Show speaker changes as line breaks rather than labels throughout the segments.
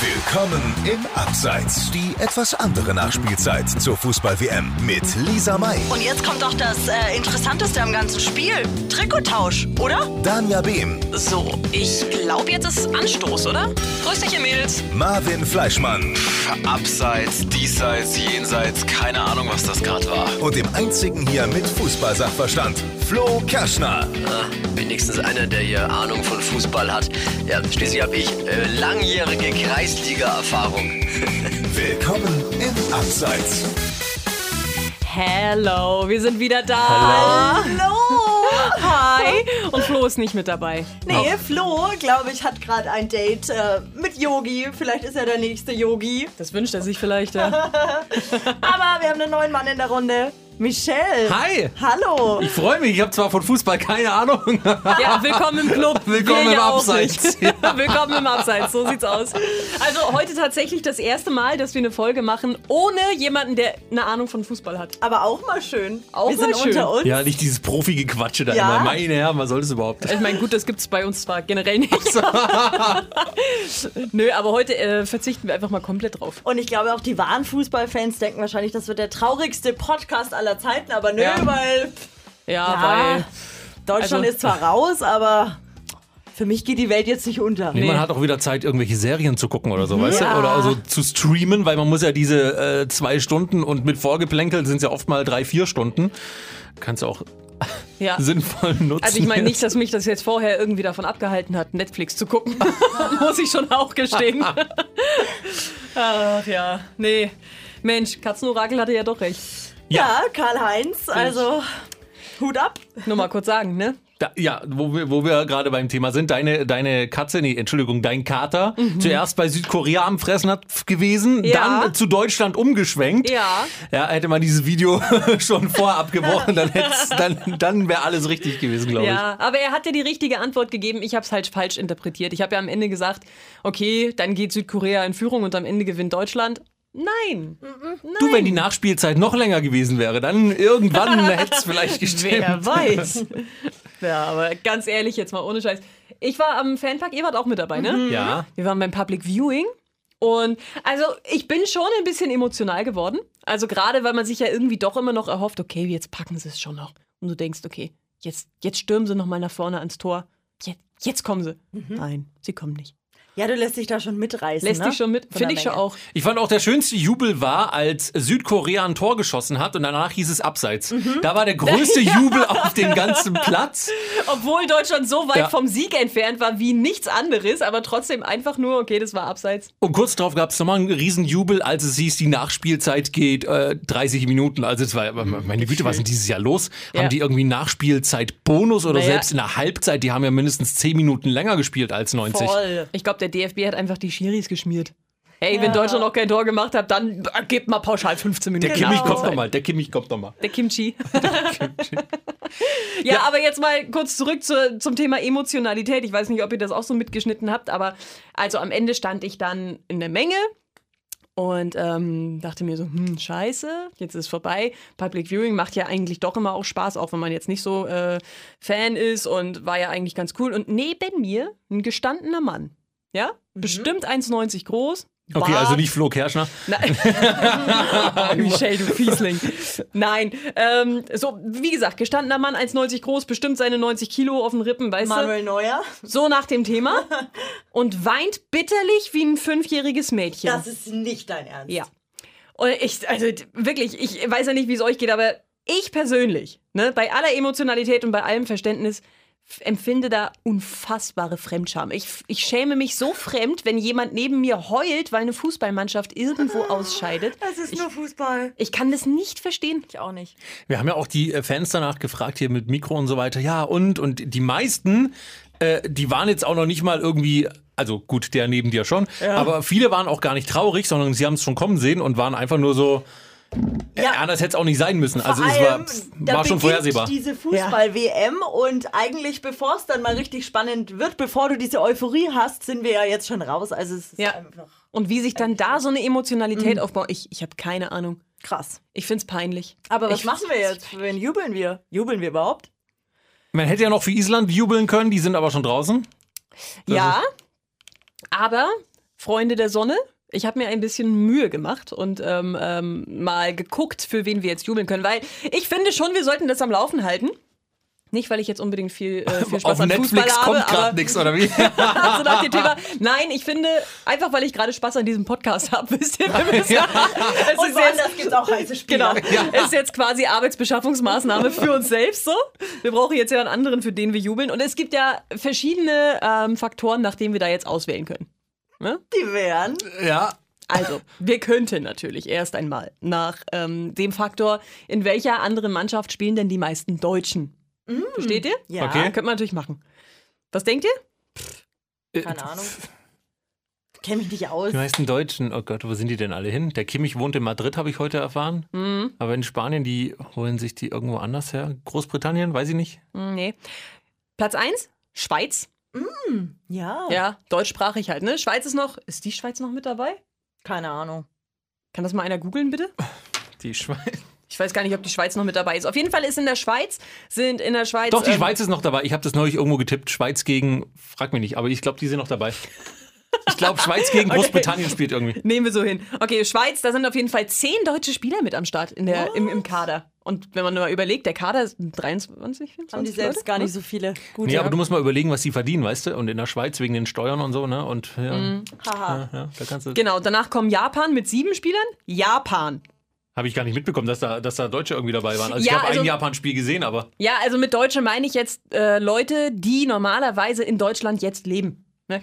Willkommen im Abseits. Die etwas andere Nachspielzeit zur Fußball-WM mit Lisa May,
Und jetzt kommt doch das äh, Interessanteste am ganzen Spiel. Trikottausch, oder?
Danja Behm,
So, ich glaube, jetzt ist Anstoß, oder? Grüß dich, ihr Mädels.
Marvin Fleischmann
Abseits, diesseits, jenseits, keine Ahnung, was das gerade war.
und dem einzigen hier mit Fußballsachverstand, Flo Kerschner.
Ah, wenigstens einer, der hier Ahnung von Fußball hat. Ja, schließlich habe ich äh, langjährige Kreisliga-Erfahrung.
Willkommen im Abseits.
Hello, wir sind wieder da.
Hallo!
Hi. Und Flo ist nicht mit dabei.
Oh, Nee, Flo, glaube ich, hat gerade ein Date äh, mit Yogi. Vielleicht ist er der nächste Yogi.
Das wünscht er sich vielleicht. Ja.
Aber wir haben einen neuen Mann in der Runde. Michelle.
Hi!
Hallo.
Ich freue mich, ich habe zwar von Fußball keine Ahnung.
ja, willkommen im Club.
Willkommen
wir
im
ja auch
Abseits.
nicht. willkommen im Abseits, so sieht's aus. Also heute tatsächlich das erste Mal, dass wir eine Folge machen ohne jemanden, der eine Ahnung von Fußball hat.
Aber auch mal schön.
Auch
wir sind
mal schön.
unter uns.
Ja, nicht dieses Profi-Gequatsche da
Ja.
immer. Meine Herren, was soll das überhaupt?
Ich meine, gut, das gibt's bei uns zwar generell nicht. Nö, aber heute äh, verzichten wir einfach mal komplett drauf.
Und ich glaube, auch die wahren Fußballfans denken wahrscheinlich, das wird der traurigste Podcast aller Zeiten. Aber nö,
Ja.
weil
Ja,
Ja.
weil
Deutschland
Also-
ist zwar raus, aber für mich geht die Welt jetzt nicht unter.
Nee,
Nee.
Man hat auch wieder Zeit, irgendwelche Serien zu gucken oder so, weißt du? Oder also zu streamen, weil man muss ja diese äh, zwei Stunden und mit Vorgeplänkel sind es ja oft mal drei, vier Stunden. Kannst du auch
ja.
sinnvoll nutzen.
Also ich meine nicht, dass mich das jetzt vorher irgendwie davon abgehalten hat, Netflix zu gucken. Muss ich schon auch gestehen. Ach ja, nee. Mensch, Katzenorakel hatte ja doch recht.
Ja, Karl-Heinz, also Hut ab.
Nur mal kurz sagen, ne?
Da, ja, wo wir, wo wir gerade beim Thema sind, deine, deine Katze, nee, Entschuldigung, dein Kater, zuerst bei Südkorea am Fressnapf gewesen,
Mhm. Ja.
dann zu Deutschland umgeschwenkt.
Ja.
Ja, hätte man dieses Video schon vorher abgebrochen, dann, hätt's- dann, dann wäre alles richtig gewesen, glaube ich.
Ja, aber er hat ja die richtige Antwort gegeben. Ich habe es halt falsch interpretiert. Ich habe ja am Ende gesagt, okay, dann geht Südkorea in Führung und am Ende gewinnt Deutschland. Nein.
Du, wenn die Nachspielzeit noch länger gewesen wäre, dann irgendwann hätte es vielleicht gestimmt.
Wer weiß. ja, aber ganz ehrlich, jetzt mal ohne Scheiß. Ich war am Fanpark, ihr wart auch mit dabei, ne?
Ja.
Wir waren beim Public Viewing. Und also ich bin schon ein bisschen emotional geworden. Also gerade, weil man sich ja irgendwie doch immer noch erhofft, okay, jetzt packen sie es schon noch. Und du denkst, okay, jetzt, jetzt stürmen sie noch mal nach vorne ans Tor. Jetzt, jetzt kommen sie. Nein, sie kommen nicht.
Ja, du lässt dich da schon mitreißen.
Lässt
ne?
dich schon mit.
Von der
Finde ich schon
Menge.
auch.
Ich fand auch der schönste Jubel war, als Südkorea ein Tor geschossen hat und danach hieß es Abseits.
Mhm.
Da war der größte Jubel auf dem ganzen Platz.
Obwohl Deutschland so weit
Ja.
vom Sieg entfernt war wie nichts anderes, aber trotzdem einfach nur, okay, das war abseits.
Und kurz darauf gab es nochmal einen riesen Jubel, als es hieß, die Nachspielzeit geht äh, 30 Minuten. Also es war, meine Güte, was ist denn dieses Jahr los?
Ja.
Haben die irgendwie Nachspielzeit-Bonus oder
Naja.
selbst in der Halbzeit? Die haben ja mindestens 10 Minuten länger gespielt als 90.
Voll.
Ich glaube, der DFB hat einfach die Schiris geschmiert. Hey, wenn Deutschland noch kein Tor gemacht hat, dann äh, gebt mal pauschal 15 Minuten.
Der
Genau.
Kimmich
Nachspielzeit.
kommt nochmal, der Kimmich kommt nochmal.
Der Kimchi. ja, aber jetzt mal kurz zurück zu, zum Thema Emotionalität. Ich weiß nicht, ob ihr das auch so mitgeschnitten habt, aber also am Ende stand ich dann in der Menge und ähm, dachte mir so, hm, scheiße, jetzt ist vorbei. Public Viewing macht ja eigentlich doch immer auch Spaß, auch wenn man jetzt nicht so äh, Fan ist und war ja eigentlich ganz cool. Und neben mir ein gestandener Mann, ja, bestimmt 1,90 groß.
Okay, also
Bart,
nicht Flo Kerschner.
Nein. Michelle, du Fiesling. Nein. Ähm, so, wie gesagt, gestandener Mann, 1,90 groß, bestimmt seine 90 Kilo auf den Rippen, weißt
Manuel Neuer,
du? So nach dem Thema. Und weint bitterlich wie ein fünfjähriges Mädchen.
das ist nicht dein Ernst.
ja. Und ich, also d- wirklich, ich weiß ja nicht, wie es euch geht, aber ich persönlich, ne, bei aller Emotionalität und bei allem Verständnis, f- empfinde da unfassbare Fremdscham. Ich, f- ich schäme mich so fremd, wenn jemand neben mir heult, weil eine Fußballmannschaft irgendwo ausscheidet.
Das ist nur Fußball.
Ich kann das nicht verstehen.
Ich auch nicht.
Wir haben ja auch die äh, Fans danach gefragt, hier mit Mikro und so weiter. Ja, und? Und die meisten, äh, die waren jetzt auch noch nicht mal irgendwie, also gut, der neben dir schon, aber viele waren auch gar nicht traurig, sondern sie haben es schon kommen sehen und waren einfach nur so,
Ja.
äh, anders hätte es auch nicht sein müssen. also
Vor
es war,
allem,
pf,
da
war schon
beginnt
vorhersehbar.
diese Fußball-WM und eigentlich, bevor es dann mal richtig spannend wird, bevor du diese Euphorie hast, sind wir ja jetzt schon raus. Also es ist
Ja.
einfach
Und wie sich
Äh,
dann da so eine Emotionalität aufbaut, ich, ich habe keine Ahnung.
Mhm. krass.
Ich find's peinlich.
Aber was
ich,
machen wir jetzt? Wen jubeln wir? Jubeln wir überhaupt?
Man hätte ja noch für Island jubeln können, die sind aber schon draußen.
Ja, aber Freunde der Sonne. Ich habe mir ein bisschen Mühe gemacht und ähm, ähm, mal geguckt, für wen wir jetzt jubeln können, weil ich finde schon, wir sollten das am Laufen halten. Nicht, weil ich jetzt unbedingt viel, äh, viel Spaß
Auf
an Fußball
Netflix
habe,
kommt
aber
gerade nichts, oder wie?
so nach dem Thema. Nein, ich finde, einfach weil ich gerade Spaß an diesem Podcast habe, wisst ihr, wir müssen, es
Und
ist jetzt,
woanders gibt es auch heiße Spieler.
Genau. Es ist jetzt quasi Arbeitsbeschaffungsmaßnahme für uns selbst so. Wir brauchen jetzt ja einen anderen, für den wir jubeln. Und es gibt ja verschiedene ähm, Faktoren, nach denen wir da jetzt auswählen können.
Die wären.
ja.
Also, wir könnten natürlich erst einmal nach ähm, dem Faktor, in welcher anderen Mannschaft spielen denn die meisten Deutschen? Versteht ihr?
Ja,
Okay.
Könnte man natürlich machen. Was denkt ihr?
keine Ahnung. Kenne mich nicht aus.
Die meisten Deutschen, oh Gott, wo sind die denn alle hin? Der Kimmich wohnt in Madrid, habe ich heute erfahren.
Mhm.
Aber in Spanien, die holen sich die irgendwo anders her. Großbritannien, weiß ich nicht.
Hm, Nee. Platz 1, Schweiz.
Ja,
Ja, deutschsprachig halt, ne? Schweiz ist noch. Ist die Schweiz noch mit dabei?
keine Ahnung.
Kann das mal einer googeln, bitte?
Die Schweiz.
Ich weiß gar nicht, ob die Schweiz noch mit dabei ist. Auf jeden Fall ist in der Schweiz, sind in der Schweiz.
Doch, die
ähm,
Schweiz ist noch dabei. Ich habe das neulich irgendwo getippt. Schweiz gegen, frag mich nicht, aber ich glaube, die sind noch dabei. Ich glaube, Schweiz gegen Großbritannien spielt irgendwie.
Nehmen wir so hin. Okay, Schweiz, da sind auf jeden Fall zehn deutsche Spieler mit am Start in der, im, im Kader. Und wenn man nur mal überlegt, der Kader ist 23, 24
Haben die selbst
Leute? Hm?
gar nicht so viele. Gut,
Nee, aber du musst mal überlegen, was die verdienen, weißt du? Und in der Schweiz wegen den Steuern und so, ne? Und ja,
Mhm.
haha.
ja da kannst du.
Genau, danach kommen Japan mit sieben Spielern. Japan.
Habe ich gar nicht mitbekommen, dass da, dass da Deutsche irgendwie dabei waren. Also
Ja,
ich habe
also-
ein Japan-Spiel gesehen, aber.
Ja, also mit Deutsche meine ich jetzt äh, Leute, die normalerweise in Deutschland jetzt leben. Ne?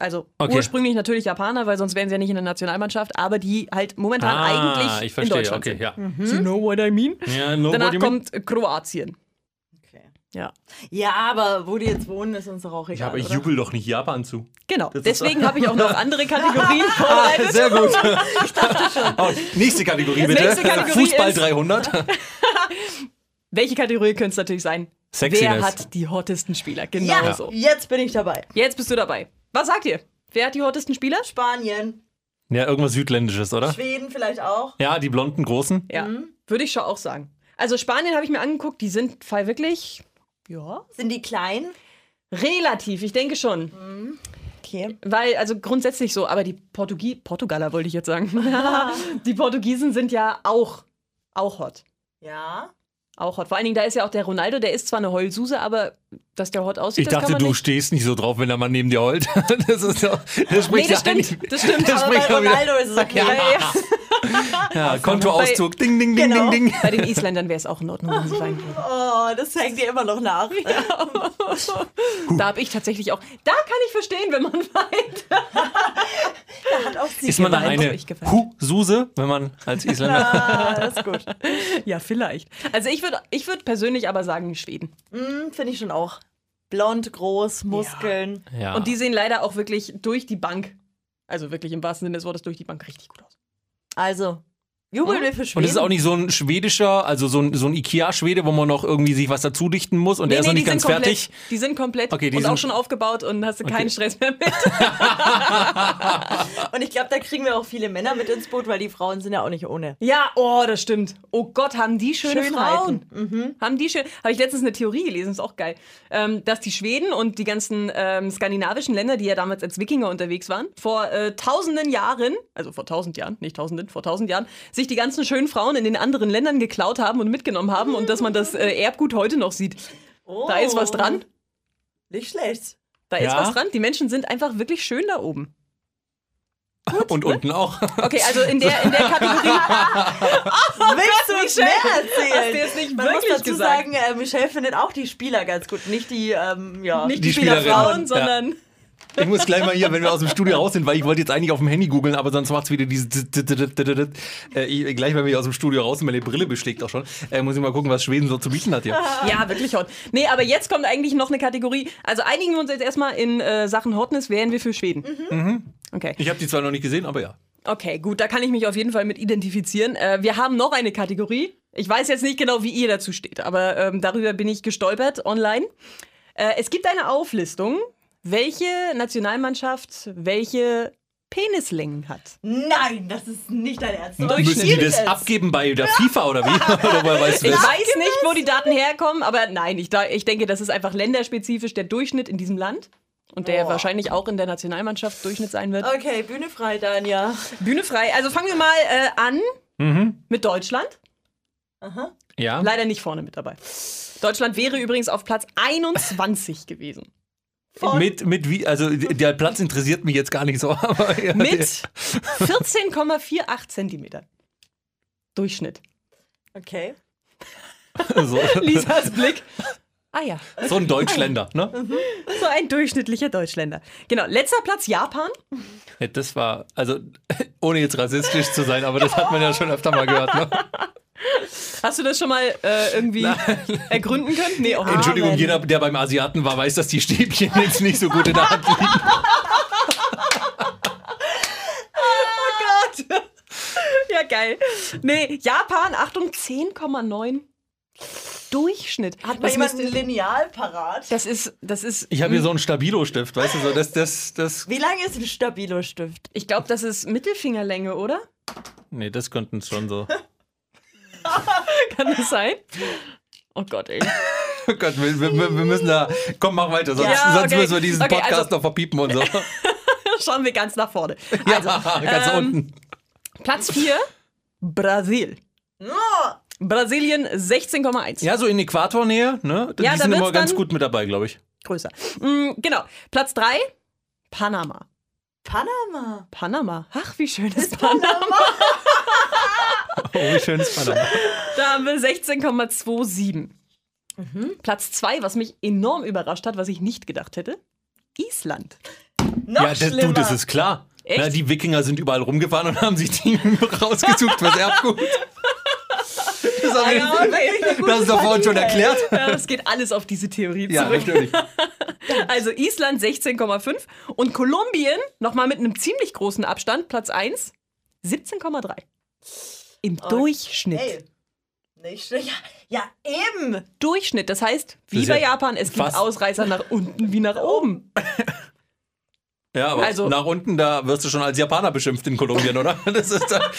Also
Okay.
ursprünglich natürlich Japaner, weil sonst wären sie ja nicht in der Nationalmannschaft, aber die halt momentan eigentlich
Ah, ich
in
verstehe,
Deutschland
okay, ja.
sind. Mhm. You know what I mean?
ja no, what
Danach
do you mean?
kommt Kroatien.
Okay.
Ja,
Ja, aber wo die jetzt wohnen, ist uns doch auch
Ja,
egal.
aber ich
oder?
jubel doch nicht Japan zu.
genau.
ist-
Deswegen habe ich auch noch andere Kategorien vorbereitet.
Sehr gut. Oh, nächste Kategorie bitte.
Nächste Kategorie
Fußball
ist-
300.
Welche Kategorie könnte es natürlich sein?
Sexiness.
Wer hat die hottesten Spieler? Genau
Ja,
Also.
so.
jetzt bin ich dabei.
Jetzt bist du dabei. Was sagt ihr? Wer hat die hottesten Spieler?
Spanien,
Ja, irgendwas Südländisches, oder?
Schweden vielleicht auch.
Ja, die blonden Großen.
Ja, würde ich schon auch sagen. Also Spanien habe ich mir angeguckt, die sind fall wirklich ja,
Sind die klein?
relativ, ich denke schon,
Okay.
weil also grundsätzlich so, aber die Portugie Portugaler wollte ich jetzt sagen. die Portugiesen sind ja auch auch hot.
Ja.
Auch hot. Vor allen Dingen, da ist ja auch der Ronaldo, der ist zwar eine Heulsuse, aber dass der hot aussieht,
Ich
das
dachte,
kann man
du
nicht.
stehst nicht so drauf, wenn der Mann neben dir heult. Das ist doch, das
Nee,
spricht
das
ja
stimmt,
eigentlich-
das stimmt.
Das
Aber
Bei
spricht ja wieder.
Ronaldo ist es okay.
ja,
Ja, Kontoauszug. Ding, ding, ding,
Genau.
ding, ding.
bei den Isländern wäre es auch in Ordnung, wenn sie reingehen.
Oh, das hängt dir immer noch nach.
Da habe ich tatsächlich auch. Da kann ich verstehen, wenn man weint.
Hat auch sie
Ist man dann
geweint,
eine
hab ich geweint.
Hu-Suse, wenn man als Isländer.
Ah, das ist gut.
Ja, vielleicht. Also ich würde ich würd persönlich aber sagen Schweden.
Hm, Finde ich schon auch. Blond, groß, Muskeln.
Ja.
Und die sehen leider auch wirklich durch die Bank, also wirklich im wahrsten Sinne des Wortes durch die Bank richtig gut aus.
Also, jubeln wir für
Und
Schweden.
es ist auch nicht so ein schwedischer, also so ein, so ein Ikea-Schwede, wo man noch irgendwie sich was dazu dichten muss und der ist noch
die
nicht ganz
sind komplett,
fertig.
Die sind komplett
Okay, die
und auch
sind-
schon aufgebaut und hast du keinen Stress mehr mit.
Und ich glaube, da kriegen wir auch viele Männer mit ins Boot, weil die Frauen sind ja auch nicht ohne.
Ja, oh, das stimmt. Oh Gott, haben die schöne
Schön
Frauen.
Mhm.
Haben die schön. Habe ich letztens eine Theorie gelesen, ist auch geil, ähm, dass die Schweden und die ganzen ähm, skandinavischen Länder, die ja damals als Wikinger unterwegs waren, vor äh, Tausenden Jahren, also vor Tausend Jahren, nicht Tausenden, vor Tausend Jahren, sich die ganzen schönen Frauen in den anderen Ländern geklaut haben und mitgenommen haben und dass man das äh, Erbgut heute noch sieht. Da ist was dran.
Oh. Nicht schlecht.
Da ist
Ja.
was dran. Die Menschen sind einfach wirklich schön da oben.
Und unten auch.
Okay, also in der, in der Kategorie.
Willst du uns mehr
Hast du
erzählen?
jetzt nicht
Man muss
wirklich
dazu
gesagt.
sagen, äh, Michelle findet auch die Spieler ganz gut, nicht die, ähm, ja.
Nicht
Die
die
Spielerinnen,
Spielerfrauen, sondern.
Ich muss gleich mal hier, wenn wir aus dem Studio raus sind, weil ich wollte jetzt eigentlich auf dem Handy googeln, aber sonst macht's wieder dieses. dit, dit, dit, dit, dit, dit. Äh, ich, gleich, wenn wir hier aus dem Studio raus sind, meine Brille beschlägt auch schon, äh, muss ich mal gucken, was Schweden so zu bieten hat hier.
Ja, wirklich hot. Nee, aber jetzt kommt eigentlich noch eine Kategorie. Also einigen wir uns jetzt erstmal in äh, Sachen Hotness, wären wir für Schweden. Okay.
Ich habe die zwar noch nicht gesehen, aber ja.
Okay, gut, da kann ich mich auf jeden Fall mit identifizieren. Äh, wir haben noch eine Kategorie. Ich weiß jetzt nicht genau, wie ihr dazu steht, aber ähm, darüber bin ich gestolpert online. Äh, es gibt eine Auflistung, welche Nationalmannschaft welche Penislängen hat.
Nein, das ist nicht dein Ernst. Aber
Müssen die
spielt
das
es?
abgeben bei der FIFA oder wie? oder woher weißt du
Ich
das?
weiß nicht, wo die Daten herkommen, aber nein, ich, da, ich denke, das ist einfach länderspezifisch der Durchschnitt in diesem Land. Und der wahrscheinlich auch in der Nationalmannschaft Durchschnitt sein wird.
Okay, Bühne frei, Danja.
Bühne frei. Also fangen wir mal äh, an mit Deutschland.
Ja.
Leider nicht vorne mit dabei. Deutschland wäre übrigens auf Platz 21 gewesen.
Mit, mit wie, also der Platz interessiert mich jetzt gar nicht so, aber ja,
Mit
der-
14,48 Zentimeter. Durchschnitt.
Okay.
so,
Lisas Blick. Ah ja,
so ein Deutschländer, ne?
so ein durchschnittlicher Deutschländer. Genau, letzter Platz Japan.
Ja, das war, also ohne jetzt rassistisch zu sein, aber das hat man ja schon öfter mal gehört, ne?
Hast du das schon mal äh, irgendwie ergründen können? Nee, auch nicht.
Entschuldigung, jeder, der beim Asiaten war, weiß, dass die Stäbchen jetzt nicht so gut in der Hand liegen.
Gott. Ja, geil. Nee, Japan, Achtung, 10,9 Durchschnitt.
Hat mal
das,
jemand ein
müsste-
Lineal parat?
das ist, das ist,
Ich habe hier so einen Stabilo-Stift, weißt du, so das, das, das,
Wie lange ist ein Stabilo-Stift?
ich glaube, das ist Mittelfingerlänge, oder?
nee, das könnten schon so.
Kann das sein? Oh Gott, ey.
Oh Gott, wir, wir, wir müssen da, komm, mach weiter, sonst,
Ja,
sonst
okay.
müssen wir diesen
Okay,
Podcast
also-
noch verpiepen und so.
Schauen wir ganz nach vorne.
Also, ganz
ähm,
unten.
Platz 4, Brasil. Brasilien 16,1.
Ja, so in Äquatornähe, ne? Die
Ja, da
sind immer
wird's
ganz
dann-
gut mit dabei, glaube ich.
Größer. Mm, genau. Platz 3, Panama.
Panama.
Panama. Ach, wie schön ist Panama.
Oh, wie schön ist Panama.
Da haben wir 16,27. Platz 2, was mich enorm überrascht hat, was ich nicht gedacht hätte. Island.
Noch
Ja, das, du,
schlimmer.
das ist klar.
Echt?
Na, die Wikinger sind überall rumgefahren und haben sich die rausgesucht fürs Erbgut. Das, haben wir, das ist doch vorhin schon erklärt.
Ja, das geht alles auf diese Theorie
Ja,
zurück.
natürlich.
Also Island 16,5 und Kolumbien nochmal mit einem ziemlich großen Abstand, Platz 1, 17,3. Im Durchschnitt.
Ey, nicht schlecht. Ja, eben.
Durchschnitt, das heißt, wie
Das ist
bei
ja
Japan, es gibt
fast-
Ausreißer nach unten wie nach oben.
Ja, aber
Also-
nach unten, da wirst du schon als Japaner beschimpft in Kolumbien, oder? Das ist da,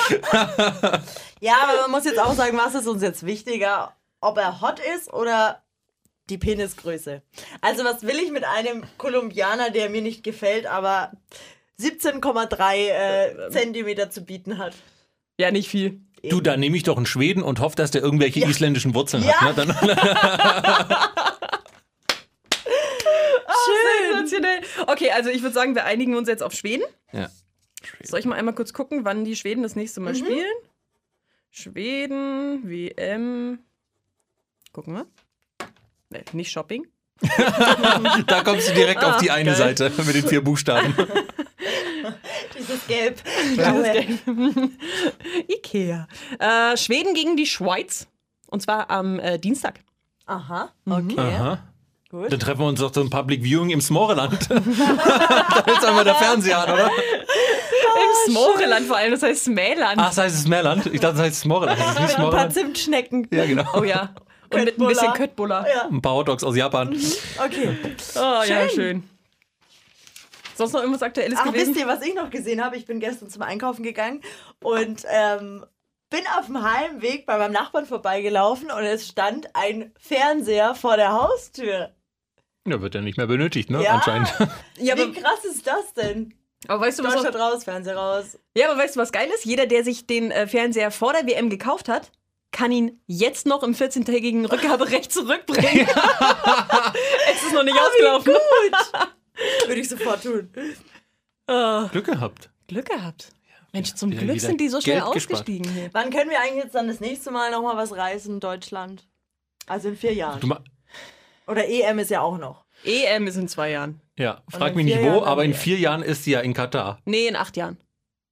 Ja, aber man muss jetzt auch sagen, was ist uns jetzt wichtiger? Ob er hot ist oder die Penisgröße? Also, was will ich mit einem Kolumbianer, der mir nicht gefällt, aber 17,3 äh, Zentimeter zu bieten hat?
Ja, nicht viel.
du, da nehme ich doch einen Schweden und hoffe, dass der irgendwelche isländischen Wurzeln hat. Ne? Dann,
Sensationell. Okay, also ich würde sagen, wir einigen uns jetzt auf Schweden.
ja.
Soll ich mal einmal kurz gucken, wann die Schweden das nächste
Mhm.
Mal spielen? Schweden, WM. Gucken wir. Nee, nicht Shopping.
Da kommst du direkt auf die eine
geil.
Seite mit den vier Buchstaben.
Dieses Gelb.
Ikea. Äh, Schweden gegen die Schweiz. Und zwar am äh, Dienstag.
Mhm. Aha, okay.
Aha.
Gut.
Dann treffen wir uns doch zum Public Viewing im Smoreland. da ist einmal der Fernseher an, oder?
Ah,
Im Smoreland vor allem, das heißt Smäland.
Ach, Ah, das heißt es Smerland? Ich dachte, das heißt Smoreland. Das ist nicht
Ein paar
Smoreland.
Zimtschnecken.
Ja, genau.
Oh ja. Und mit ein
Köttbullar.
bisschen Köttbullar.
Ja,
Ein paar Hotdogs aus Japan.
Mhm. okay.
Oh ja, schön. Sonst noch irgendwas Aktuelles
Ach,
gewesen?
wisst ihr, was ich noch gesehen habe? Ich bin gestern zum Einkaufen gegangen und ähm, bin auf dem Heimweg bei meinem Nachbarn vorbeigelaufen und es stand ein Fernseher vor der Haustür.
Ja, wird ja nicht mehr benötigt, ne?
Ja.
Anscheinend.
ja, aber,
Wie krass ist das denn?
aber weißt du, was auch,
Deutschland raus, Fernseher raus.
Ja, aber weißt du, was geil ist? Jeder, der sich den äh, Fernseher vor der WM gekauft hat, kann ihn jetzt noch im 14-tägigen Rückgaberecht zurückbringen. es ist noch nicht ausgelaufen.
Würde ich sofort tun.
Glück gehabt.
Glück gehabt. Mensch, zum
wieder-
Glück
wieder
sind die so schnell
Geld gespart.
ausgestiegen hier.
Wann können wir eigentlich jetzt dann das nächste Mal nochmal was reisen, Deutschland? Also in vier Jahren.
Du ma-
Oder EM ist ja auch noch.
EM E ist in zwei Jahren.
ja, frag
in
mich nicht
vier
wo,
Jahren
aber in
haben
vier Jahren ist sie ja in Katar.
Nee, in acht Jahren.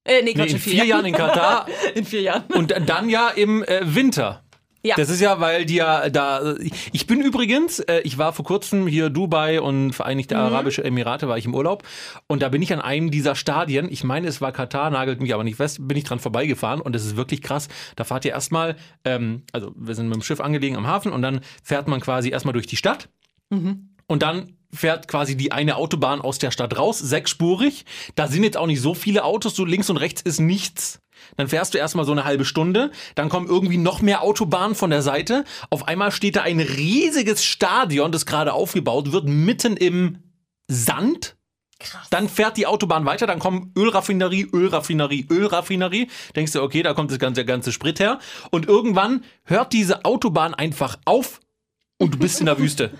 Äh, nee,
Nee,
Quatsch,
in vier Jahren in Katar
in vier Jahren.
und dann ja im äh, Winter.
Ja.
Das ist ja, weil die ja da. Ich bin übrigens, äh, ich war vor kurzem hier Dubai und Vereinigte Arabische Emirate war ich im Urlaub und da bin ich an einem dieser Stadien, ich meine, es war Katar, nagelt mich aber nicht fest, bin ich dran vorbeigefahren und das ist wirklich krass. Da fahrt ihr erstmal, ähm, also wir sind mit dem Schiff angelegen am Hafen und dann fährt man quasi erstmal durch die Stadt und dann fährt quasi die eine Autobahn aus der Stadt raus, sechsspurig. Da sind jetzt auch nicht so viele Autos, so links und rechts ist nichts. Dann fährst du erstmal so eine halbe Stunde, dann kommen irgendwie noch mehr Autobahnen von der Seite. Auf einmal steht da ein riesiges Stadion, das gerade aufgebaut wird, mitten im Sand. Dann fährt die Autobahn weiter, dann kommen Ölraffinerie, Ölraffinerie, Ölraffinerie. Denkst du, okay, da kommt das ganze, der ganze Sprit her. Und irgendwann hört diese Autobahn einfach auf und du bist in der Wüste.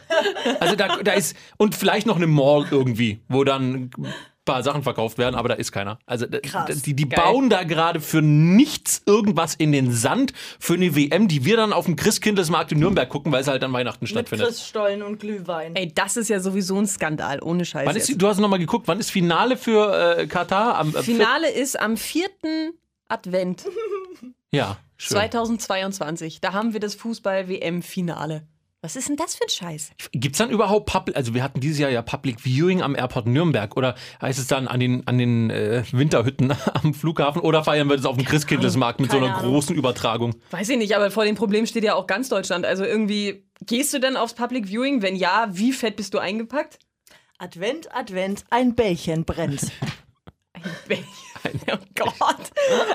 Also da, da ist, und vielleicht noch eine Mall irgendwie, wo dann ein paar Sachen verkauft werden, aber da ist keiner. Also da-
Krass.
die, die bauen da gerade für nichts irgendwas in den Sand für eine WM, die wir dann auf dem Christkindlesmarkt in Nürnberg gucken, weil es halt an Weihnachten
Mit
stattfindet.
Christstollen und Glühwein.
Ey, das ist ja sowieso ein Skandal, ohne Scheiß.
Wann ist,
jetzt.
die- du hast nochmal geguckt, wann ist Finale für äh, Katar? Am, am
Finale ist am vierten Advent
Ja, schön.
2022. Da haben wir das Fußball-WM-Finale. Was ist denn das für ein Scheiß?
Gibt es dann überhaupt Public, also wir hatten dieses Jahr ja Public Viewing am Airport Nürnberg oder heißt es dann an den, an den äh, Winterhütten am Flughafen oder feiern wir das auf dem Christkindlesmarkt mit so einer
Keine Ahnung.
großen Übertragung?
Weiß ich nicht, aber vor dem Problem steht ja auch ganz Deutschland. Also irgendwie, gehst du denn aufs Public Viewing? Wenn ja, wie fett bist du eingepackt?
Advent, Advent, ein Bällchen brennt.
oh Gott.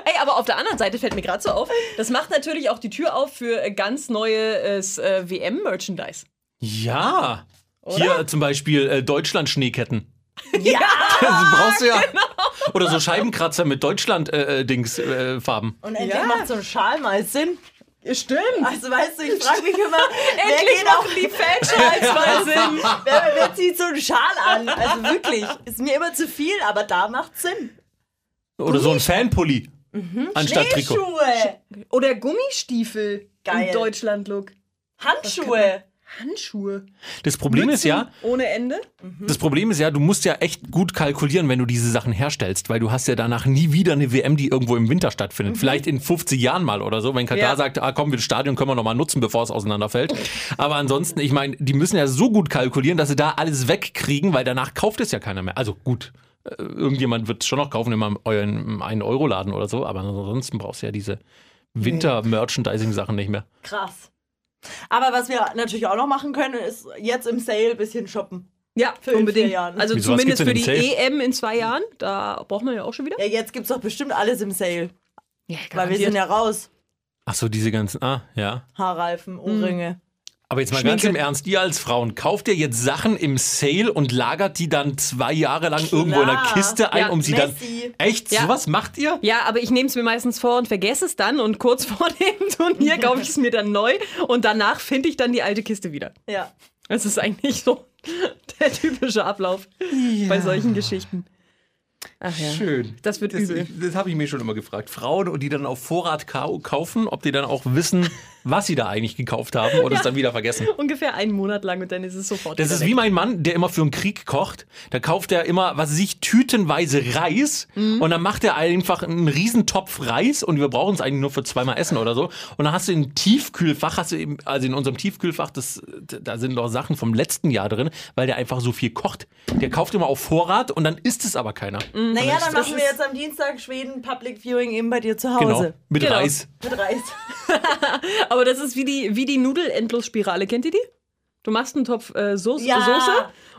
Ey, aber auf der anderen Seite fällt mir gerade so auf, das macht natürlich auch die Tür auf für äh, ganz neues äh, WM-Merchandise.
Ja. Hier zum Beispiel äh, Deutschland-Schneeketten.
ja! genau.
Also brauchst du ja. Oder so Scheibenkratzer mit Deutschland-Dings-Farben. Äh, Farben.
Und endlich
Ja.
macht so ein Schal mal Sinn.
Stimmt.
Also weißt du, ich frage mich immer, wer
Endlich
geht auf
machen die Franchise mal Sinn.
Wer, wer zieht so einen Schal an? Also wirklich, ist mir immer zu viel, aber da macht's Sinn.
Oder so ein Fanpulli.
Mhm.
Anstatt Trikot.
Schneeschuhe,
Oder Gummistiefel
Geil.
im Deutschland-Look.
Handschuhe.
Handschuhe.
Das Problem ist ja,
Ohne Ende.
Das Problem ist ja, du musst ja echt gut kalkulieren, wenn du diese Sachen herstellst, weil du hast ja danach nie wieder eine WM, die irgendwo im Winter stattfindet. Vielleicht in 50 Jahren mal oder so, wenn Katar
Ja.
sagt, ah komm, das Stadion können wir nochmal nutzen, bevor es auseinanderfällt. Aber ansonsten, ich meine, die müssen ja so gut kalkulieren, dass sie da alles wegkriegen, weil danach kauft es ja keiner mehr. Also gut, äh, irgendjemand wird es schon noch kaufen in meinem euren 1-Euro-Laden oder so, aber ansonsten brauchst du ja diese Winter-Merchandising-Sachen nicht mehr.
Krass. Aber was wir natürlich auch noch machen können, ist jetzt im Sale ein bisschen shoppen.
Ja,
in
unbedingt.
vier Jahren.
Also
Wieso, was
zumindest
gibt's
für
denn
die
im Safe?
EM in zwei Jahren. Da braucht man ja auch schon wieder.
Ja, jetzt gibt's doch bestimmt alles im Sale.
Ja,
Weil wir sind ja raus.
Ach so, diese ganzen, ah, ja.
Mhm.
Haarreifen, Ohrringe.
Aber jetzt mal ganz im Ernst, ihr als Frauen, kauft ihr jetzt Sachen im Sale und lagert die dann zwei Jahre lang irgendwo in einer
Klar.
Kiste ein,
Ja,
um sie
Messi.
dann. Echt?
Ja.
Sowas macht ihr?
Ja, aber ich nehme es mir meistens vor und vergesse es dann und kurz vor dem Turnier kaufe ich es mir dann neu und danach finde ich dann die alte Kiste wieder.
Ja.
Das ist eigentlich so der typische Ablauf bei solchen Geschichten. Ach ja.
Schön.
Das wird übel.
ich- das habe ich mir schon immer gefragt. Frauen, und die dann auf Vorrat kau kaufen, ob die dann auch wissen, was sie da eigentlich gekauft haben oder es dann wieder vergessen.
Ungefähr einen Monat lang und dann ist es sofort.
Das
wieder
ist
weg.
wie mein Mann, der immer für einen Krieg kocht. Da kauft er immer, was weiß ich, tütenweise Reis
Mhm.
und dann macht er einfach einen riesen Topf Reis und wir brauchen es eigentlich nur für zweimal Essen oder so. Und dann hast du im Tiefkühlfach, hast du eben, also in unserem Tiefkühlfach, das, da sind noch Sachen vom letzten Jahr drin, weil der einfach so viel kocht. Der kauft immer auf Vorrat und dann isst es aber keiner.
Mhm.
Naja, dann machen wir jetzt am Dienstag Schweden Public Viewing eben bei dir zu
Genau.
Hause.
Mit
Genau.
Reis.
Mit Reis.
Aber das ist wie die, wie die Nudel-Endlosspirale. Kennt ihr die? Du machst einen Topf äh, Soße,
Ja.
Soße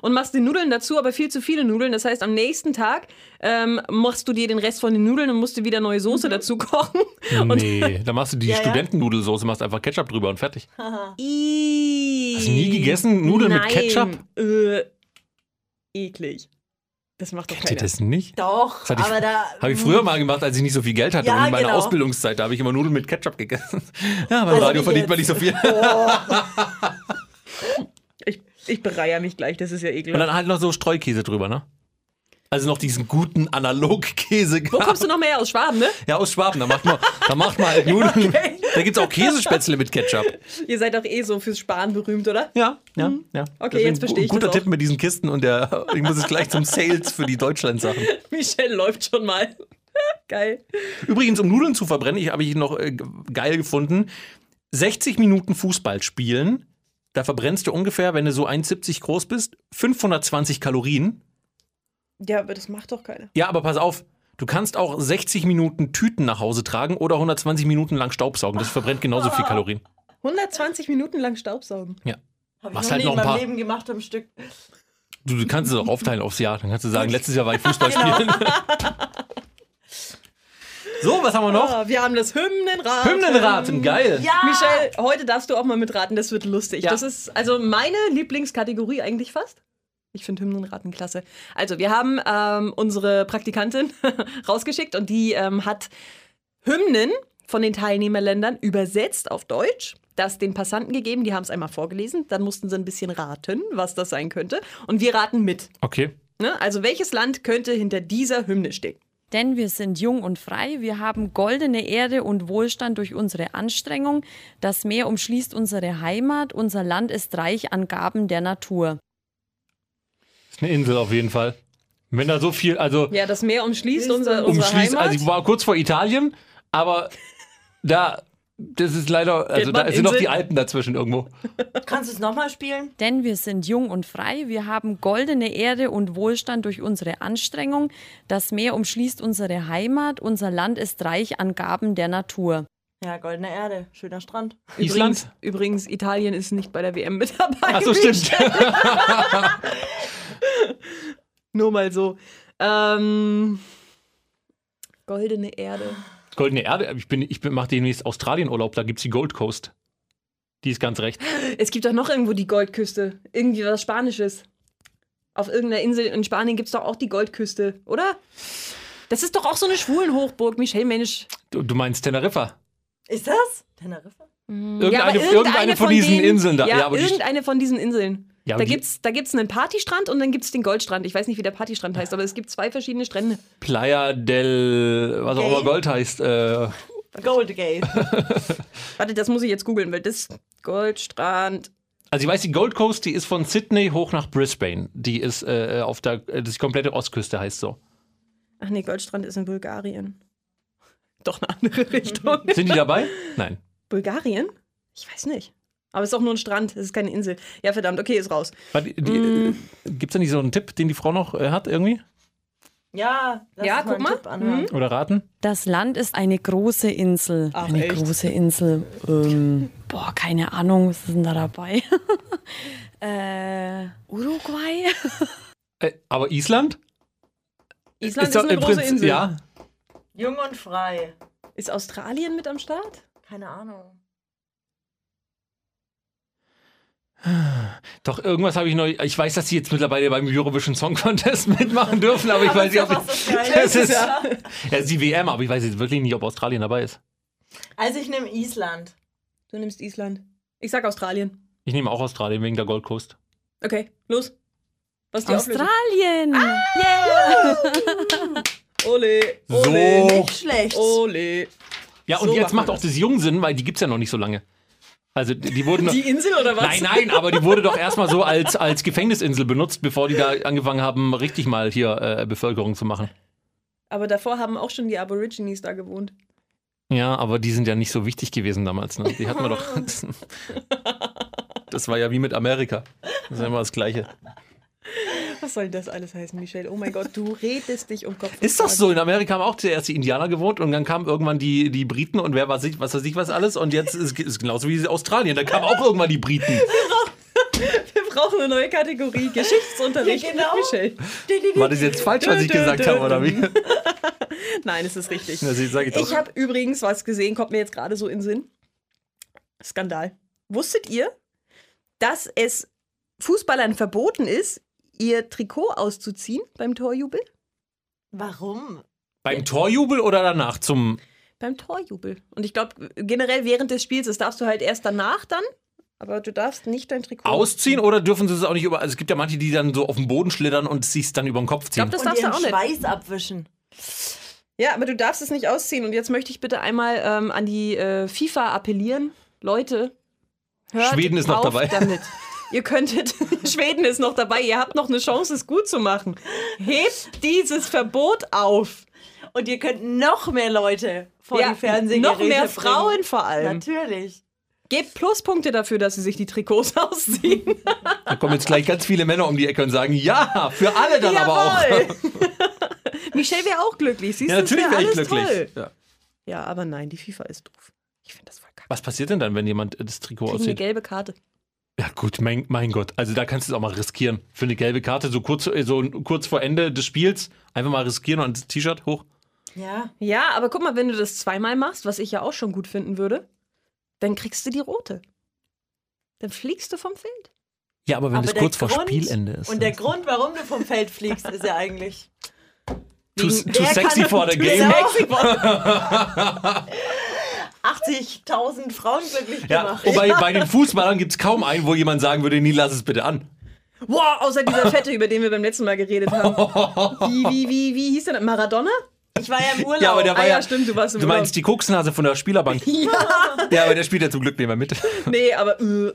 und machst die Nudeln dazu, aber viel zu viele Nudeln. Das heißt, am nächsten Tag ähm, machst du dir den Rest von den Nudeln und musst dir wieder neue Soße dazu kochen.
Nee, da machst du die
Ja, ja.
Studentennudelsoße, machst einfach Ketchup drüber und fertig.
Hast
Hast du nie gegessen? Nudeln
Nein.
mit Ketchup?
Äh, eklig. Das macht doch
Kennt ihr
keiner.
das nicht?
Doch,
Das hatte ich,
aber da.
habe ich früher mal gemacht, als ich nicht so viel Geld hatte.
Ja,
und in meiner
genau.
Ausbildungszeit, da habe ich immer Nudeln mit Ketchup gegessen. Ja, beim
Also
Radio
nicht jetzt.
verdient man nicht so viel.
Ich, ich bereier mich gleich, das ist ja eklig.
Und dann halt noch so Streukäse drüber, ne? Also noch diesen guten Analogkäse.
Wo kommst du noch mehr her? aus Schwaben, ne?
Ja, aus Schwaben, da macht man, da macht man halt Nudeln. Da gibt es auch Käsespätzle mit Ketchup.
Ihr seid doch eh so fürs Sparen berühmt, oder?
Ja, ja, ja.
Okay, jetzt verstehe ich
Mhm. Guter
das auch.
Tipp mit diesen Kisten und der, ich muss jetzt gleich zum Sales für die Deutschland-Sachen.
Michelle läuft schon mal. Geil.
Übrigens, um Nudeln zu verbrennen, ich habe ich noch äh, g- geil gefunden. 60 Minuten Fußball spielen, da verbrennst du ungefähr, wenn du so 1,70 groß bist, 520 Kalorien.
Ja, aber das macht doch keiner.
Ja, aber pass auf, du kannst auch 60 Minuten Tüten nach Hause tragen oder 120 Minuten lang Staubsaugen. Das verbrennt genauso viel Kalorien.
120 Minuten lang Staubsaugen.
Ja.
Hab ich
Machst
noch
halt
nie
noch
in
ein
meinem
paar.
Leben gemacht am Stück.
Du, du kannst es auch aufteilen aufs Jahr. Dann kannst du sagen, letztes Jahr war ich Fußball spielen. so, was haben wir noch?
Ah, wir haben das Hymnenrad.
Hymnenraten, geil.
Ja!
Michelle, heute darfst du auch mal mitraten, das wird lustig.
Ja.
Das ist also meine Lieblingskategorie eigentlich fast. Ich finde Hymnenraten klasse. Also, wir haben ähm, unsere Praktikantin rausgeschickt und die ähm, hat Hymnen von den Teilnehmerländern übersetzt auf Deutsch, das den Passanten gegeben, die haben es einmal vorgelesen, dann mussten sie ein bisschen raten, was das sein könnte. Und wir raten mit.
Okay.
Ne? Also, welches Land könnte hinter dieser Hymne stehen?
Denn wir sind jung und frei, wir haben goldene Ehre und Wohlstand durch unsere Anstrengung. Das Meer umschließt unsere Heimat, unser Land ist reich an Gaben der Natur.
Ist eine Insel auf jeden Fall. Wenn da so viel, also
Ja, das Meer umschließt unser, unsere
umschließt,
Heimat.
also ich war kurz vor Italien, aber da, das ist leider, also da
man
sind noch
Inseln?
die Alpen dazwischen irgendwo.
Kannst du es nochmal spielen?
Denn wir sind jung und frei, wir haben goldene Ehre und Wohlstand durch unsere Anstrengung. Das Meer umschließt unsere Heimat, unser Land ist reich an Gaben der Natur.
Ja, goldene Erde, schöner Strand.
Island?
Übrigens, übrigens, Italien ist nicht bei der WM mit dabei.
Achso, stimmt.
Nur mal so. Ähm, goldene Erde.
Goldene Erde, ich, bin, ich bin, mache demnächst Australienurlaub, da gibt es die Gold Coast. Die ist ganz recht.
Es gibt doch noch irgendwo die Goldküste. Irgendwie was Spanisches. Auf irgendeiner Insel in Spanien gibt es doch auch die Goldküste, oder? Das ist doch auch so eine Schwulenhochburg, Michel Mensch.
Du, du meinst Teneriffa?
Ist das? Teneriffa?
Irgendeine,
Mhm. aber
irgendeine, von, diesen
denen-
Inseln da.
Ja,
aber die,
irgendeine von diesen Inseln.
Ja, aber
da
die-
gibt es da gibt's einen Partystrand und dann gibt es den Goldstrand. Ich weiß nicht, wie der Partystrand heißt, aber es gibt zwei verschiedene Strände.
Playa del, was auch
Gay?
immer Gold heißt. Äh,
Gold Gay.
Warte, das muss ich jetzt googeln, weil das Goldstrand.
also ich weiß, die Gold Coast, die ist von Sydney hoch nach Brisbane. Die ist äh, auf der, äh, das ist die komplette Ostküste heißt so.
Ach nee, Goldstrand ist in Bulgarien. Doch eine andere Richtung.
Sind die dabei? Nein.
Bulgarien? Ich weiß nicht. Aber es ist auch nur ein Strand, es ist keine Insel. Ja, verdammt, okay, ist raus.
Warte, die, äh,
Mm.
Gibt es da nicht so einen Tipp, den die Frau noch äh, hat irgendwie?
Ja, lass
Ja,
uns
guck
einen
mal. Mhm.
Tipp anhören.
Oder raten?
Das Land ist eine große Insel.
Ach,
eine
echt?
große Insel. Ähm, boah, keine Ahnung, was ist denn da dabei? äh, Uruguay?
Äh, aber Island?
Island ist, eine große
Prinzip-
Insel.
Ja.
Jung und frei.
Ist Australien mit am Start?
Keine Ahnung.
Doch, irgendwas habe ich neu. Ich weiß, dass sie jetzt mittlerweile beim Eurovision Song Contest mitmachen dürfen, aber ich weiß nicht, ob
das ist doch was
ich,
Geiles,
das ist,
ja.
ja, es ist die WM, aber ich weiß jetzt wirklich nicht, ob Australien dabei ist.
Also ich nehme Island.
Du nimmst Island. Ich sag Australien.
Ich nehme auch Australien wegen der Gold Coast.
Okay, los. Was ist die Australien?
Australien!
Ah! Ole, ole,
So.
Schlecht.
ole.
Ja, und
so
jetzt
macht man
macht auch das Jung Sinn, weil die gibt es ja noch nicht so lange. Also die die wurden.
Die Insel oder was?
Nein, nein, aber die wurde doch erstmal so als, als Gefängnisinsel benutzt, bevor die da angefangen haben, richtig mal hier äh, Bevölkerung zu machen.
Aber davor haben auch schon die Aborigines da gewohnt.
Ja, aber die sind ja nicht so wichtig gewesen damals. Ne? Die hatten wir doch. Das war ja wie mit Amerika. Das ist immer das Gleiche.
Was soll das alles heißen, Michelle? Oh mein Gott, du redest dich um Kopf. und
Ist doch
Kragen.
so. In Amerika haben auch zuerst die Indianer gewohnt und dann kamen irgendwann die, die Briten und wer weiß ich, was weiß ich was alles. Und jetzt ist es genauso wie Australien. Da kamen auch irgendwann die Briten.
Wir brauchen eine neue Kategorie. Geschichtsunterricht
Ja, genau.
mit Michelle.
War das jetzt falsch, was ich gesagt habe, oder wie?
Nein, es ist richtig.
Das sage ich doch.
Ich habe übrigens was gesehen, kommt mir jetzt gerade so in den Sinn. Skandal. Wusstet ihr, dass es Fußballern verboten ist, ihr Trikot auszuziehen beim Torjubel?
Warum?
Beim Torjubel oder danach zum.
Beim Torjubel. Und ich glaube, generell während des Spiels, das darfst du halt erst danach dann, aber du darfst nicht dein Trikot
Ausziehen oder dürfen sie es auch nicht über. Also es gibt ja manche, die dann so auf den Boden schlittern und sich dann über den Kopf ziehen.
glaub, das
und
darfst du
ihren
auch nicht.
Schweiß abwischen.
Ja, aber du darfst es nicht ausziehen. Und jetzt möchte ich bitte einmal ähm, an die äh, FIFA appellieren. Leute, hört
Schweden ist noch
auf
dabei.
damit. Ihr könntet, Schweden ist noch dabei, ihr habt noch eine Chance, es gut zu machen. Hebt dieses Verbot auf.
Und ihr könnt noch mehr Leute vor
Ja,
die Fernsehgeräte
noch mehr
bringen.
Frauen vor allem.
Natürlich.
Gebt Pluspunkte dafür, dass sie sich die Trikots ausziehen.
Da kommen jetzt gleich ganz viele Männer um die Ecke und sagen, ja, für alle dann aber auch.
Jawohl. Michelle wäre auch glücklich, siehst
Ja,
du, das
natürlich
wär
wäre ich
alles
glücklich.
Toll.
Ja.
Ja, aber nein, die FIFA ist doof. Ich finde das voll kacke.
Was passiert denn dann, wenn jemand äh, das Trikot
Kriegen eine
auszieht?
gelbe Karte.
Ja gut, mein, mein Gott, also da kannst du es auch mal riskieren. Für eine gelbe Karte, so kurz, äh, so kurz vor Ende des Spiels, einfach mal riskieren und das T-Shirt hoch.
Ja.
Ja, aber guck mal, wenn du das zweimal machst, was ich ja auch schon gut finden würde, dann kriegst du die rote. Dann fliegst du vom Feld.
Ja, aber wenn
Aber
es
der
kurz vor
Grund-
Spielende ist.
Und der Grund, warum du vom Feld fliegst, ist ja eigentlich.
too,
wegen-
too
der
sexy
kann-
for the
too
game.
sexy for- 80.000 Frauen glücklich
Ja,
gemacht.
wobei bei den Fußballern gibt es kaum einen, wo jemand sagen würde, nie lass es bitte an.
Wow, außer dieser Fette, über den wir beim letzten Mal geredet haben. Wie, wie, wie, wie hieß der? denn? Maradona?
Ich war ja im Urlaub.
Ja, aber der war
Ah,
Genau.
ja,
ja,
stimmt, du warst im
Du meinst die Koksnase von der Spielerbank.
Ja.
Ja, aber der spielt ja zum Glück nicht mehr mit.
Nee, aber äh,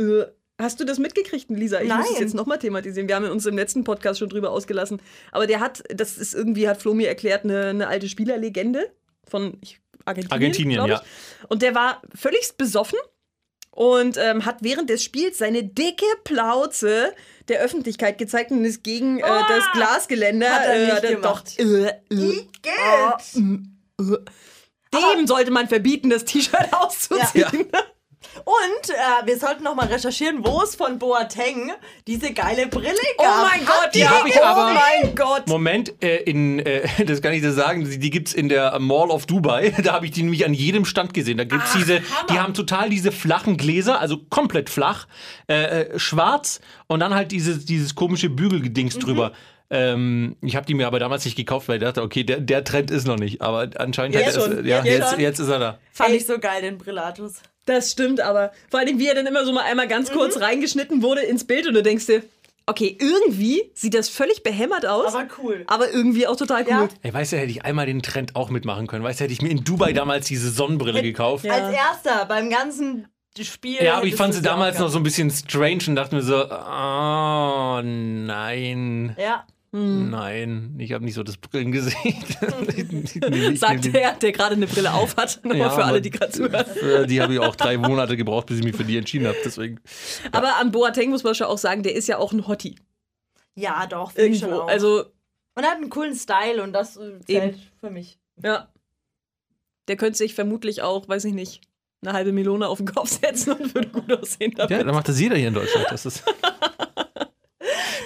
äh, hast du das mitgekriegt, Lisa? Ich muss es
Nein.
jetzt nochmal thematisieren. Wir haben uns im letzten Podcast schon drüber ausgelassen. Aber der hat, das ist irgendwie, hat Flo mir erklärt, eine, eine alte Spielerlegende von ich, Argentinien.
Argentinien,
glaub
ja.
ich. Und der war völlig besoffen und ähm, hat während des Spiels seine dicke Plauze der Öffentlichkeit gezeigt und ist gegen äh, das Glasgeländer.
Oh! Hat er
äh,
nicht
dann
gemacht.
Doch, äh, äh,
Geld.
dem sollte man verbieten, das T-Shirt auszuziehen.
Und äh, wir sollten nochmal recherchieren, wo es von Boateng diese geile Brille
Oh
gab.
mein Gott,
die hab ich
oh
aber-
mein Gott.
Moment, äh, in, äh, das kann ich dir sagen, die gibt es in der Mall of Dubai. Da habe ich die nämlich an jedem Stand gesehen. Da gibt es diese, die haben total diese flachen Gläser, also komplett flach, äh, äh, schwarz und dann halt dieses, dieses komische Bügelgedings
Mhm.
drüber. Ähm, ich habe die mir aber damals nicht gekauft, weil ich dachte, okay, der, der Trend ist noch nicht. Aber anscheinend
Jetzt
hat er
schon,
es, ja,
jetzt
jetzt,
schon.
jetzt ist er da.
Fand ich so geil, den Brillatus.
Das stimmt, aber vor allem, wie er dann immer so mal einmal ganz kurz reingeschnitten wurde ins Bild und du denkst dir, okay, irgendwie sieht das völlig behämmert aus,
Aber cool.
aber irgendwie auch total cool.
Ja.
Ey, weißt du, hätte ich einmal den Trend auch mitmachen können. Weißt du, hätte ich mir in Dubai damals diese Sonnenbrille gekauft. Ja,
Als erster beim ganzen Spiel.
aber ich
hättest
fand
du
sie damals
auch
noch so ein bisschen strange und dachte mir so, oh nein,
gehabt. Ja.
Mhm.
nein, ich habe nicht so das Brillengesicht.
Sagt der, der gerade eine Brille auf hat, nochmal
Ja,
für alle,
aber-
die gerade zuhören.
Äh, Die habe ich auch drei Monate gebraucht, bis ich mich für die entschieden habe. Deswegen.
Aber an Boateng muss man schon auch sagen, der ist ja auch ein Hottie.
Ja, doch, finde ich schon
Irgendwo.
auch.
Also,
und er hat einen coolen Style und das äh, zählt für mich.
ja. Der könnte sich vermutlich auch, weiß ich nicht, eine halbe Melone auf den Kopf setzen und würde gut aussehen damit.
Ja, dann macht das jeder hier in Deutschland. Das ist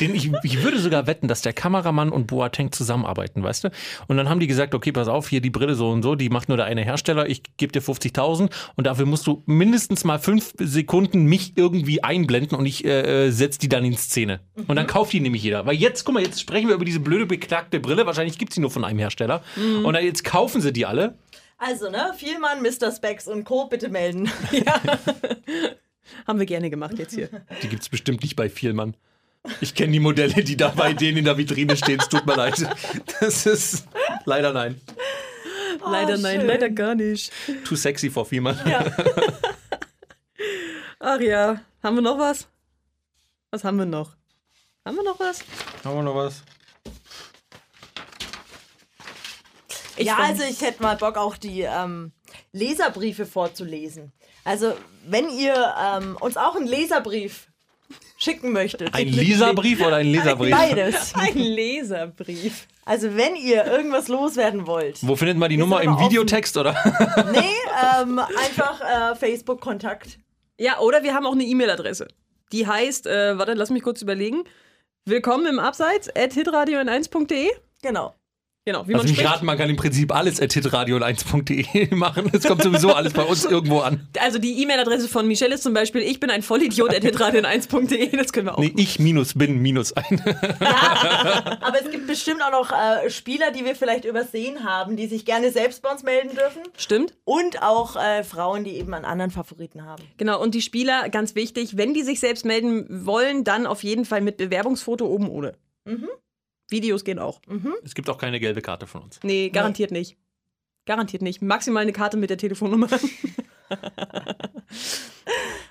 Den, ich, ich würde sogar wetten, dass der Kameramann und Boateng zusammenarbeiten, weißt du? Und dann haben die gesagt, okay, pass auf, hier die Brille so und so, die macht nur der eine Hersteller, ich gebe dir 50.000 und dafür musst du mindestens mal fünf Sekunden mich irgendwie einblenden und ich äh, setze die dann in Szene. Und dann kauft die nämlich jeder. Weil jetzt, guck mal, jetzt sprechen wir über diese blöde, beknackte Brille, wahrscheinlich gibt es die nur von einem Hersteller. Und dann jetzt kaufen sie die alle.
Also, ne? Vielmann, Mr. Specs und Co. bitte melden.
Haben wir gerne gemacht jetzt hier.
Die gibt es bestimmt nicht bei Vielmann. Ich kenne die Modelle, die da bei denen in der Vitrine stehen. Es tut mir leid. Das ist leider nein.
leider nein,
schön.
leider gar nicht.
Too sexy for Vielmann.
Ach ja, haben wir noch was? Was haben wir noch? Haben wir noch was?
Haben wir noch was?
ja, also ich hätte mal Bock, auch die ähm, Leserbriefe vorzulesen. Also, wenn ihr ähm, uns auch einen Leserbrief schicken möchtet.
Ein Lisa-Brief oder ein Leserbrief?
Beides.
Ein Leserbrief.
Also, wenn ihr irgendwas loswerden wollt,
Wo findet man die Nummer?
aber
Im
offen.
Videotext oder?
nee, ähm, einfach äh, Facebook-Kontakt.
Ja, oder wir haben auch eine E-Mail-Adresse. Die heißt, äh, warte, lass mich kurz überlegen. Willkommen im Abseits at hitradio 1de
Genau.
Genau, wie
Lass
man
mich
spricht.
raten, Also man kann im Prinzip alles at hitradio 1.de machen. Es kommt sowieso alles bei uns irgendwo an.
Also die E-Mail-Adresse von Michelle ist zum Beispiel, ich bin ein Vollidiot at hitradio 1de Das können wir auch.
Nee, ich minus bin minus ein.
Aber es gibt bestimmt auch noch äh, Spieler, die wir vielleicht übersehen haben, die sich gerne selbst bei uns melden dürfen.
Stimmt?
Und auch äh, Frauen, die eben einen anderen Favoriten haben.
Genau, und die Spieler, ganz wichtig, wenn die sich selbst melden wollen, dann auf jeden Fall mit Bewerbungsfoto oben ohne. Mhm. Videos gehen auch.
Es gibt auch keine gelbe Karte von uns.
Nee, garantiert nicht. Garantiert nicht. Maximal eine Karte mit der Telefonnummer.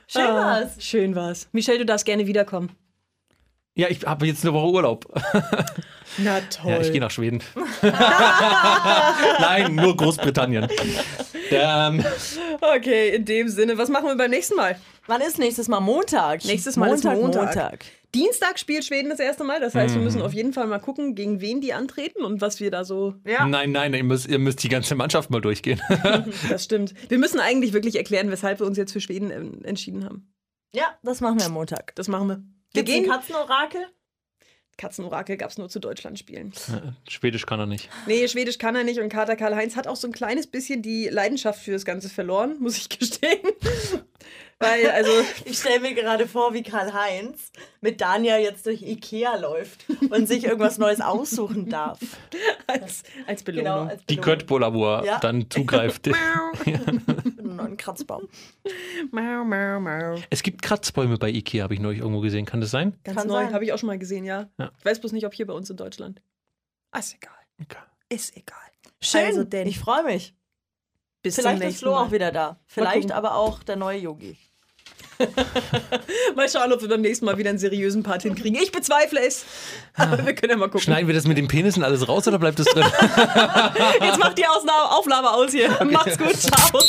Schön war's.
Ah, Schön war's. Michelle, du darfst gerne wiederkommen.
Ja, ich habe jetzt eine Woche Urlaub.
Na toll.
Ja, ich gehe nach Schweden. Nein, nur Großbritannien. Ähm,
okay, in dem Sinne, was machen wir beim nächsten Mal?
Wann ist nächstes Mal Montag?
Nächstes Mal ist
Montag,
Montag. Mhm.
Montag.
Dienstag spielt Schweden das erste Mal. Das heißt, wir müssen auf jeden Fall mal gucken, gegen wen die antreten und was wir da so.
Ja.
Nein, nein, ihr müsst, ihr müsst die ganze Mannschaft mal durchgehen.
Das stimmt. Wir müssen eigentlich wirklich erklären, weshalb wir uns jetzt für Schweden ähm, entschieden haben.
Ja, das machen wir am Montag.
Das machen wir. Wir
Gibt's ein
gehen.
Katzenorakel?
Katzenorakel gab es nur zu Deutschland spielen.
Schwedisch kann er nicht.
Nee, Schwedisch kann er nicht und Kater Karl-Heinz hat auch so ein kleines bisschen die Leidenschaft für das Ganze verloren, muss ich gestehen.
Weil, also, ich stelle mir gerade vor, wie Karl-Heinz mit Dania jetzt durch Ikea läuft und sich irgendwas Neues aussuchen darf.
als, als
Genau,
Belohnung.
als
Die
Belohnung.
Köttbola, wo er
Ja.
dann zugreift.
Einen neuen Kratzbaum.
Mau, mau, mau.
es gibt Kratzbäume bei Ikea, habe ich neulich irgendwo gesehen. Kann das sein?
Ganz
Kann
neu,
sein.
habe ich auch schon mal gesehen, ja.
Ja.
Ich weiß bloß nicht, ob hier bei uns in Deutschland. Ah, ist egal. Ist egal.
Schön,
Also denn.
ich freue mich.
Bis
Vielleicht
zum
ist
nächsten
Flo
Mal.
auch wieder da. Vielleicht
gucken.
aber auch der neue Yogi.
Mal schauen, ob wir beim nächsten Mal wieder einen seriösen Part hinkriegen. Ich bezweifle es. Aber wir können ja mal gucken.
Schneiden wir das mit den Penissen alles raus oder bleibt es drin?
Jetzt macht die Ausnahme, Aufnahme aus hier. Macht's gut, ciao.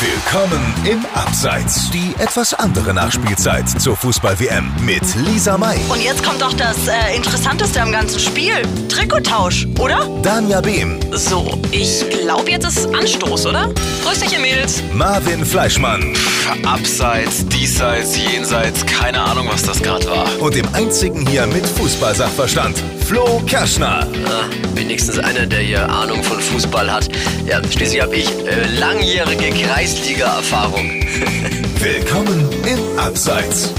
Willkommen im Abseits. Die etwas andere Nachspielzeit zur Fußball-WM mit Lisa May,
Und jetzt kommt doch das äh, Interessanteste am ganzen Spiel. Trikottausch, oder?
Danja Behm,
So, ich glaube, jetzt ist Anstoß, oder? Grüß dich, ihr Mädels.
Marvin Fleischmann
Abseits, diesseits, jenseits, keine Ahnung, was das gerade war.
und dem einzigen hier mit Fußballsachverstand, Flo Kerschner.
Ah, wenigstens einer, der hier Ahnung von Fußball hat. Ja, schließlich habe ich äh, langjährige Kreisliga-Erfahrung.
Willkommen im Abseits.